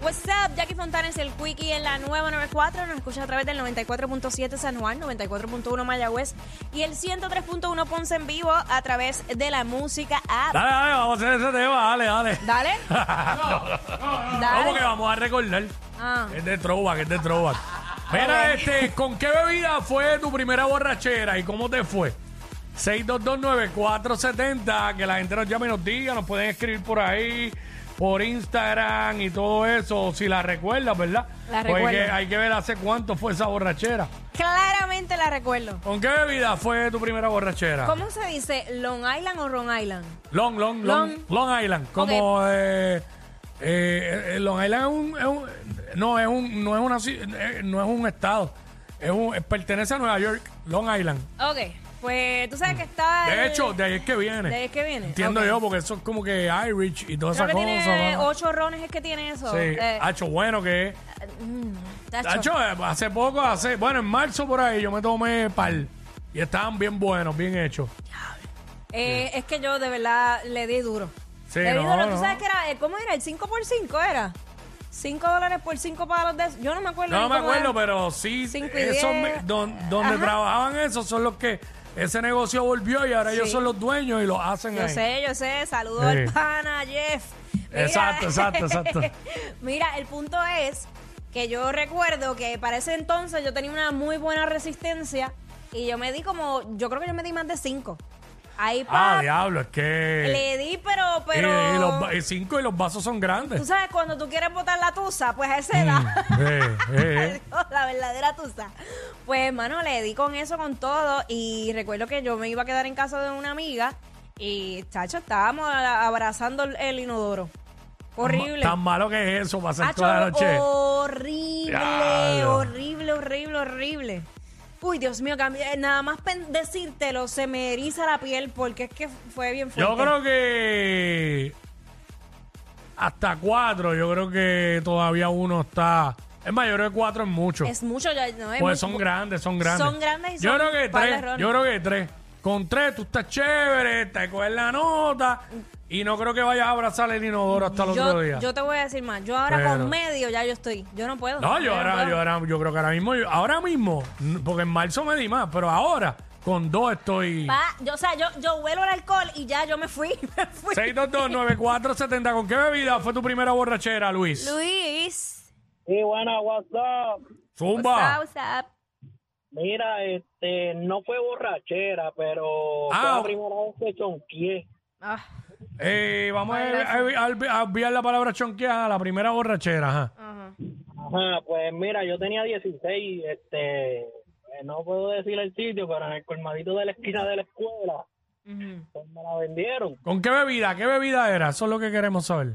What's up, Jackie Fontanes, el Quickie en la nueva 94. Nos escucha a través del 94.7 San Juan, 94.1 Mayagüez y el 103.1 Ponce en vivo a través de la música app. Dale, dale, vamos a hacer ese tema, dale, dale. Dale. Vamos que vamos a recordar. Ah. Es de Trova, es de Trova. Mira, este, ¿con qué bebida fue tu primera borrachera y cómo te fue? 6229470, que la gente nos llame y nos diga, nos pueden escribir por ahí, por Instagram y todo eso, si la recuerdas, ¿verdad? La Porque recuerdo. hay que ver hace cuánto fue esa borrachera. Claramente la recuerdo. ¿Con qué bebida fue tu primera borrachera? ¿Cómo se dice Long Island o Ron Island? Long, long, long, Long. long, Island. Como eh, eh, eh, Long Island es un, es un- no es un no es una ci- eh, no es un estado. Es un, eh, pertenece a Nueva York, Long Island. Ok, pues tú sabes que está. De el- hecho, de ahí es que viene. de ahí es que viene, Entiendo ok. yo, porque eso es como que Irish y toda creo esa que cosa. tiene mano. ocho rones es que tiene eso. Sí, Ah, Eh, hacho bueno que es. tacho. Hacho, eh, hace poco, hace, bueno, en marzo por ahí yo me tomé pal y estaban bien buenos, bien hechos. Eh, es que yo de verdad le di duro. Sí, le di no, duro. ¿Tú no. sabes qué era? Eh, ¿Cómo era? ¿El 5 por 5 era? 5 dólares por 5 palos de eso. Yo no me acuerdo. No ni me cómo acuerdo, era. pero sí, Cinco y esos diez. me- don- donde Ajá. trabajaban esos son los que ese negocio volvió y ahora ellos Sí. son los dueños y los hacen Yo ahí. sé, yo sé. Saludos Sí. al pana, Jeff. Mira. Exacto, exacto, exacto. Mira, el punto es que yo recuerdo que para ese entonces yo tenía una muy buena resistencia y yo me di como, yo creo que yo me di más de 5. Ahí Ah, pa, diablo, es que. le di, pero, y- pero... Y, los va- y cinco y los vasos son Tú grandes. sabes, cuando tú quieres botar la tusa, pues a esa edad. eh, eh. la verdadera tusa. Pues, hermano, le di con eso, con todo. Y recuerdo que yo me iba a quedar en casa de una amiga. Y, chacho, estábamos a- abrazando el- el inodoro. Horrible. oh, Tan malo que es eso, pasar Hacho, toda la noche. horrible, Diablo. horrible, horrible, horrible. Uy, Dios mío, cambi- eh, nada más pen- decírtelo se me eriza la piel porque es que fue bien fuerte. Yo creo que. Hasta cuatro, yo creo que todavía uno está. Es más, yo creo que cuatro es mucho. es mucho, ya no es Pues son mucho. grandes, son grandes. Son grandes y Yo son creo que par de tres. errores. Yo creo que tres. Con tres tú estás chévere, te coges la nota y no creo que vayas a abrazar el inodoro hasta el otro yo, día. yo te voy a decir más. Yo ahora Pero- con medio ya yo estoy. Yo no puedo. no, yo no ahora, puedo. yo ahora, yo creo que ahora mismo, yo- ahora mismo, n- porque en marzo me di más, pero ahora con dos estoy. Pa, yo, o sea, yo, yo huelo el alcohol y ya yo me fui. Me fui. 6229470, ¿con qué bebida fue tu primera borrachera, Luis? Luis. Sí, bueno, what's up? Zumba. what's up, what's up? Mira, este, no fue borrachera, pero fue Ah. la primera vez que chonqué. Ah, Eh, vamos a, a- a- a obviar la palabra chonqueada, la primera borrachera, ajá. ajá. Ajá, pues mira, yo tenía 16, este, eh, no puedo decir el sitio, pero en el colmadito de la esquina de la escuela, Ujú. pues me la vendieron. ¿Con qué bebida? ¿Qué bebida era? Eso es lo que queremos saber.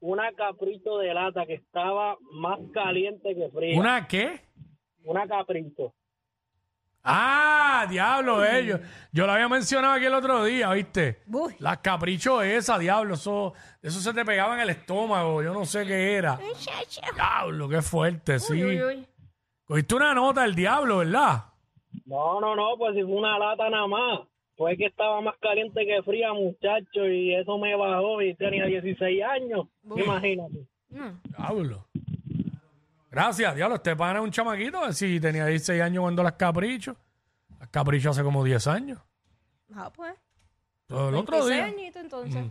Una caprito de lata que estaba más caliente que fría. Una, ¿Una qué? caprito. Ah, diablo, eh. Yo, yo lo había mencionado aquí el otro día, ¿viste? Uy. Las caprichos esas, diablo. Eso, eso se te pegaba en el estómago. Yo no sé qué era. Diablo, qué fuerte, sí. Uy, uy, uy. Cogiste una nota del diablo, ¿verdad? No, no, no, pues si fue una lata nada más. Fue que estaba más caliente que fría, muchacho, y eso me bajó y tenía 16 años. Imagínate. Mm. Diablo. Gracias, diablo. Este pana es un chamaquito. Sí, tenía 16 años cuando las caprichos. Las caprichos hace como 10 años. Ah, pues. Todo el otro 26 día. Mm. añitos, entonces.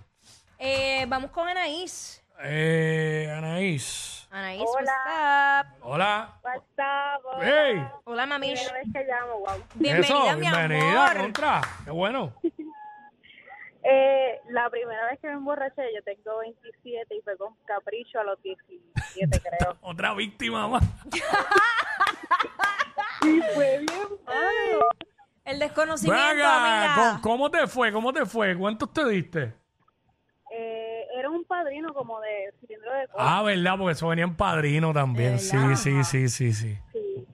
Eh, vamos con Anaís. Eh, Anaís. Anaís, Hola. what's up? Hola. WhatsApp. ¡Hey! Hola, mami. Primera vez que llamo, wow. Bienvenida, Eso, mi bienvenida, amor. contra. Qué bueno. Eh, la primera vez que me emborraché, yo tengo 27 y fue con capricho a los 17, creo. Otra víctima más. El desconocimiento, Venga, amiga. ¿cómo, cómo te fue? ¿Cómo te fue? ¿Cuántos te diste? Eh, era un un padrino como de cilindro de cola. Ah, ¿verdad? Porque eso venía en padrino también. De Sí, verdad. sí, sí, sí, sí. Sí.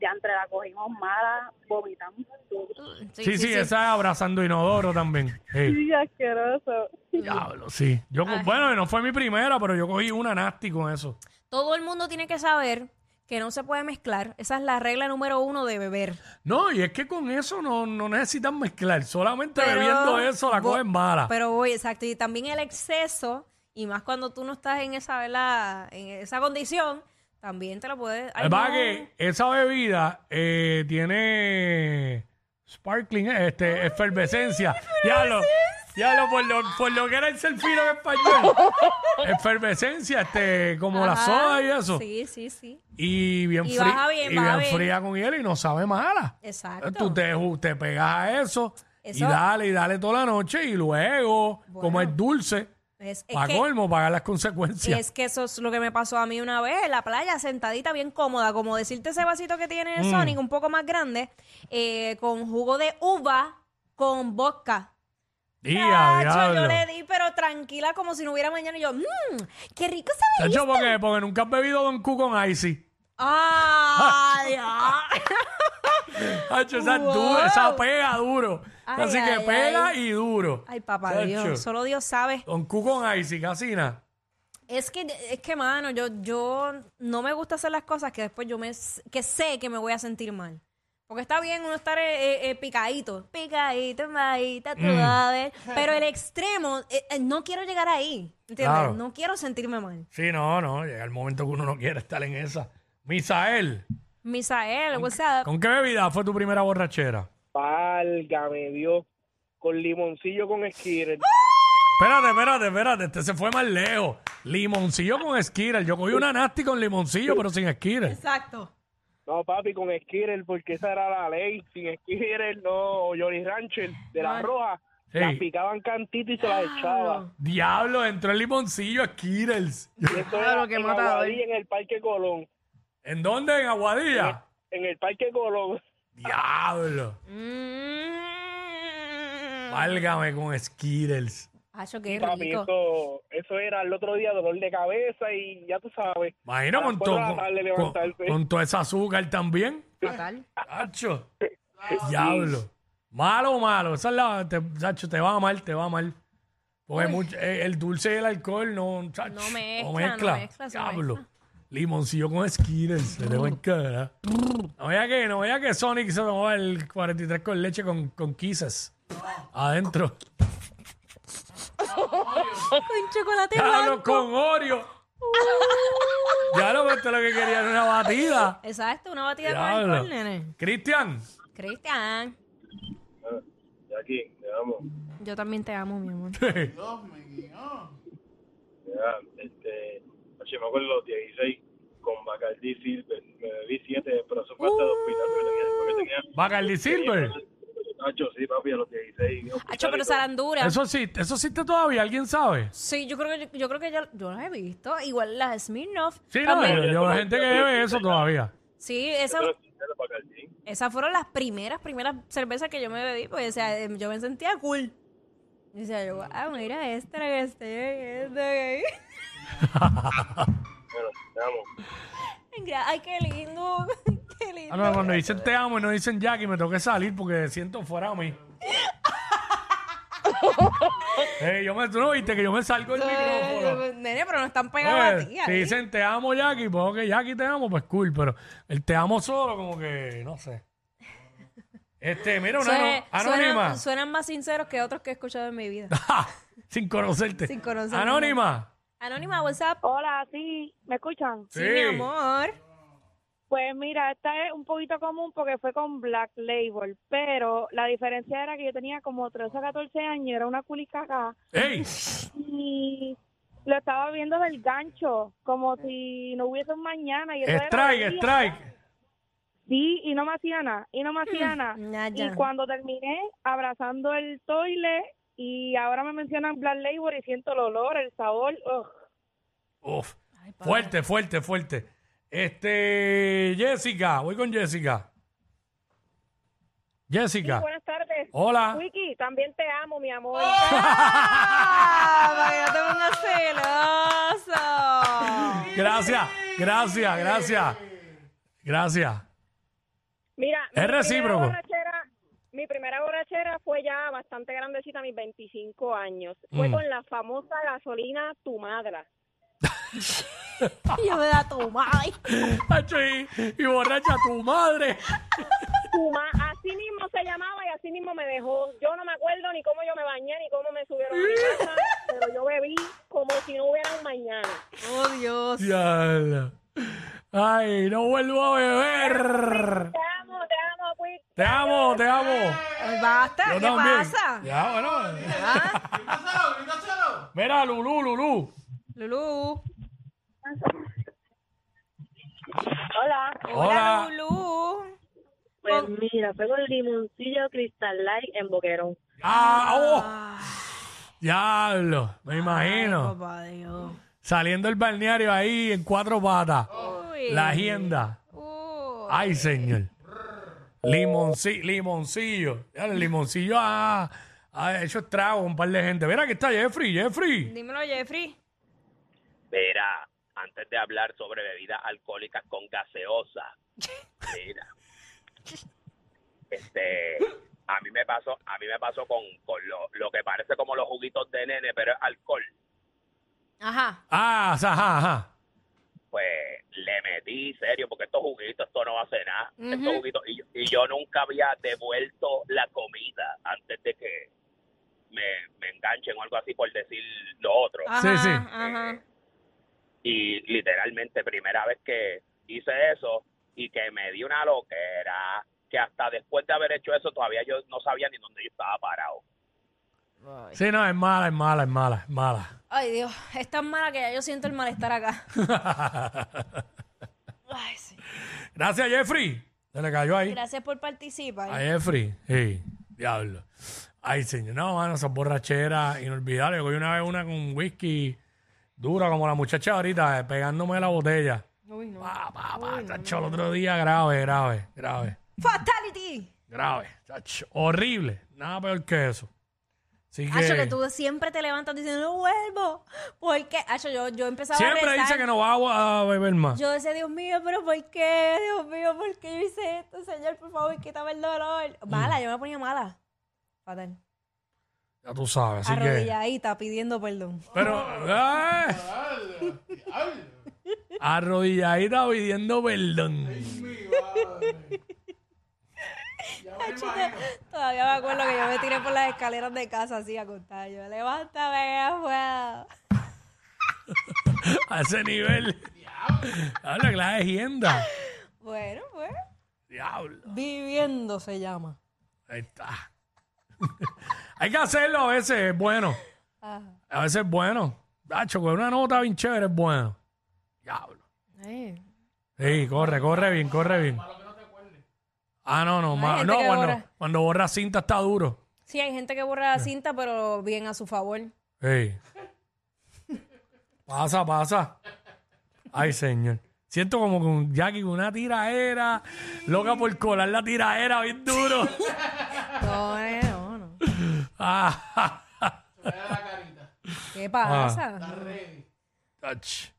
Ya entre la cogimos mala, vomitamos todo. Mm, Sí, sí, esa es abrazando inodoro también. Sí. Sí, asqueroso. Diablo, sí. Yo, co- bueno, no fue mi primera, pero yo cogí una nasty con eso. Todo el mundo tiene que saber que no se puede mezclar. Esa es la regla número uno de beber. No, y es que con eso no, no necesitan mezclar. Solamente Pero- bebiendo eso la bo- cogen mala. Pero voy, exacto. Y también el exceso, y más cuando tú no estás en esa, ¿verdad? En esa condición, también te lo puedes. Ay, Es verdad no. que esa bebida eh, tiene sparkling, este, efervescencia. Diablo, diablo, por lo, por lo que era el selfino en español. efervescencia, este, como la Ajá. soda y eso. Sí, sí, sí. Y bien, Y fría- baja bien, y baja bien bien. fría con hielo y no sabe mala. Exacto. Tú te, ju- te pegas a eso, y Eso- dale, y dale toda la noche y luego, como es dulce, Es, es para que, colmo, pagar las consecuencias. es que eso es lo que me pasó a mí una vez en la playa, sentadita, bien cómoda. Como decirte ese vasito que tiene Mm. el Sonic, un poco más grande, eh, con jugo de uva con vodka. Y Chacho, yo le di, pero tranquila, como si no hubiera mañana. Y yo, mmm, qué rico sabe. Chacho, porque, porque nunca has bebido Don Q con Icy. ¡Ay, ay! Hacho, esa, es Wow. dura, esa pega duro. Ay, Así que ay, pega ay. y duro. Ay, papá Chacho. Dios, solo Dios sabe. Don Q con Icy, casina. Es que, es que, mano, yo, yo no me gusta hacer las cosas que después yo me, que sé que me voy a sentir mal. Porque está bien uno estar eh, eh, eh, picadito, picadito, madita, Mm. tú a ver. Pero el extremo, eh, eh, no quiero llegar ahí, ¿entiendes? Claro. No quiero sentirme mal. Sí, no, no. Llega el momento que uno no quiere estar en esa. Misael, Misael, what's up? ¿con qué bebida fue tu primera borrachera? Válgame Dios. Con limoncillo con Skitter. Espérate, espérate, espérate. Este se fue más lejos. Limoncillo con Skitter. Yo cogí una nasty con limoncillo, pero sin Skitter. Exacto. No, papi, con Skitter, porque esa era la ley. Sin Skitter, no. O Jolly Rancher, de la Ah. roja. Sí. Las picaban cantito y se las echaba. Diablo, entró el limoncillo Skittles. Y eso Claro, era qué en ¿eh? matador. Aguadilla, en el Parque Colón. ¿En dónde? ¿En Aguadilla? En el Parque Colón. Eh, Diablo. Mm. Válgame con Skittles. Acho, qué Papi, rico. eso, eso era el otro día dolor de cabeza y ya tú sabes. Imagino A las con, cuatro todo- de la tarde con, levantarse. con toda esa azúcar también. Fatal. Hacho. Diablo. Malo, malo. Esa es la. Te, chacho, te va mal, te va mal. Porque mucho- eh, el dulce y el alcohol no. chacho, No mezcla, no mezcla, se Diablo. Limoncillo con Skittles. Se te va en cara. No vea que, no vea que Sonic se tomó el 43 con leche con, con kisses. Adentro. Con chocolate Diablo, blanco. Uh. con Oreo. Diablo, esto es lo que quería era una batida. Exacto, una batida con Diablo. alcohol, nene. Cristian. Cristian, Aquí, te amo. yo también te amo, mi amor. Mira, este, oye, me acuerdo los 16 con Bacardi Silver, me bebí 7, pero eso fue hasta el hospital, porque tenía, porque tenía... Bacardi Silver. Nacho, sí, papi, a los 16. Hacho, pero zarandura. Eso sí, eso existe todavía, ¿alguien sabe? Sí, yo creo que yo creo que ya yo las he visto. Igual las Smirnoff. Sí, no, también. yo, yo la gente que bebe eso todavía. Sí, esa- Bacardi. esas fueron las primeras, primeras cervezas que yo me bebí, pues, o sea, eh, yo me sentía cool. Y decía yo, ah, mira esta, la que estoy bebiendo, ¿eh?" Bueno, te amo. Ay, qué lindo, qué lindo. Ah, no, cuando dicen te amo y no dicen Jackie, me tengo que salir porque siento fuera a mí. Eh, yo me, tú no viste que yo me salgo del micrófono. Nene, pero no están Eh, pegados a ti. si ahí. dicen te amo, Jackie, pues ok, Jackie te amo, pues cool, pero el te amo solo, como que, no sé. Este, mira, una Sue- ano- anónima. suenan, suenan más sinceros que otros que he escuchado en mi vida. Sin conocerte. Sin conocerme. Anónima. Anónima, WhatsApp. Hola, sí, ¿me escuchan? Sí, mi amor. Pues mira, esta es un poquito común porque fue con Black Label, pero la diferencia era que yo tenía como 13 o 14 años, era una culicaca Ey, y lo estaba viendo del gancho, como si no hubiese un mañana. Y eso era strike, de día. strike. Sí, y no me hacía nada, y no me hacía nada. Naya. Y cuando terminé abrazando el toile y ahora me mencionan Black Label y siento el olor, el sabor. ugh. Uf, fuerte, fuerte, fuerte. Este, Jessica, voy con Jessica. Jessica. Buenas tardes. Hola. Wiki, también te amo, mi amor. ¡Ah! Para que no te pongas celoso. Gracias, gracias, gracias. Gracias. Mira, mi Es primera recíproco. borrachera- mi primera borrachera fue ya bastante grandecita, a mis 25 años. Fue Mm. con la famosa gasolina Tu Madra. Yo me da tu madre. Hacho, y, y borracha tu madre. Tu Ma- así mismo se llamaba y así mismo me dejó. Yo no me acuerdo ni cómo yo me bañé ni cómo me subieron a mi casa, pero yo bebí como si no hubiera un mañana. Oh, Dios. Diablo. Ay, no vuelvo a beber. Te amo, te amo, pues. Wiki. Te amo, te amo. Ay, Basta, Yo ¿qué también. pasa? Ya, bueno. Mira, Lulú, Lulú. Lulú. Hola. Hola. Lulú. Pues mira, fue con limoncillo Crystal Light en Boquerón. Ah, oh. Diablo, me imagino. Papá Dios. Saliendo el balneario ahí en cuatro patas. Uy. La agenda. Uy. Ay, señor. Limonci- limoncillo. Ya, El limoncillo ah, ha, ha hecho trago a un par de gente. Mira que está Jeffrey, Jeffrey. Dímelo, Jeffrey. Mira, antes de hablar sobre bebidas alcohólicas con gaseosa, mira, este, a mí me pasó, a mí me pasó con, con lo, lo que parece como los juguitos de nene, pero es alcohol. Ajá. Ah, sa- ajá, ajá. Pues le metí serio, porque estos juguitos, esto no va a hacer nada. Estos Ujú. juguitos, y, yo- y yo nunca había devuelto la comida antes de que me, me enganchen o algo así por decir lo otro. Eh, Ajá. Sí, sí. Ajá. y literalmente primera vez que hice eso y que me di una loquera que hasta después de haber hecho eso todavía yo no sabía ni dónde yo estaba parado. Sí, no, es mala, es mala, es mala, es mala. Ay, Dios. Es tan mala que ya yo siento el malestar acá. Ay, sí. Gracias, Jeffrey. Se le cayó ahí. Gracias por participar. A Jeffrey. Sí, diablo. Ay, señor. No, mano, esas borracheras inolvidables. Yo cogí una vez una con whisky dura, como la muchacha ahorita, eh, pegándome la botella. Uy, no. Pa, pa, pa, chacho, el otro día grave, grave, grave. Fatality. Grave, chacho, horrible, nada peor que eso. Así que, Hacho, que tú siempre te levantas diciendo, no vuelvo. Porque, Hacho, yo, yo empezaba a siempre rezar. dice que no va a, a beber más. Yo decía, Dios mío, pero ¿por qué? Dios mío, ¿por qué yo hice esto? Señor, por favor, quítame el dolor. Mala, yo me ponía mala. Fatal. ya tú sabes, así que. Arrodilladita pidiendo perdón. Pero, ¡ay! arrodilladita pidiendo perdón. Todavía me acuerdo que yo me tiré por las escaleras de casa así a contar. Yo, levántame, afuera. A ese nivel. Habla que la agenda. Bueno, pues. Diablo. Viviendo se llama. Ahí está. Hay que hacerlo a veces, es bueno. Ajá. A veces es bueno. Dacho, con una nota bien chévere es bueno. Diablo. Ay, Sí, corre, corre bien, corre bien. Ah, no, no, ma- gente no, que cuando, borra. cuando borra cinta está duro. Sí, hay gente que Eh. borra la cinta, pero bien a su favor. Sí. Pasa, pasa. Ay, señor. Siento como con Jackie con una tiraera, loca por colar la tiraera bien duro. No, eh, no, no. Ah, ¿Qué pasa? ach.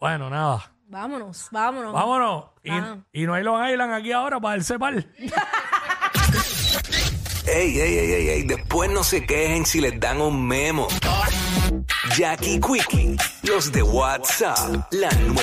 bueno, nada. Vámonos, vámonos. Vámonos. Ajá. Y, y no hay Long Island aquí ahora para el cepal. Ey, ey, ey, ey, ey, después no se quejen si les dan un memo. Jackie Quickie, los de WhatsApp, la nueva.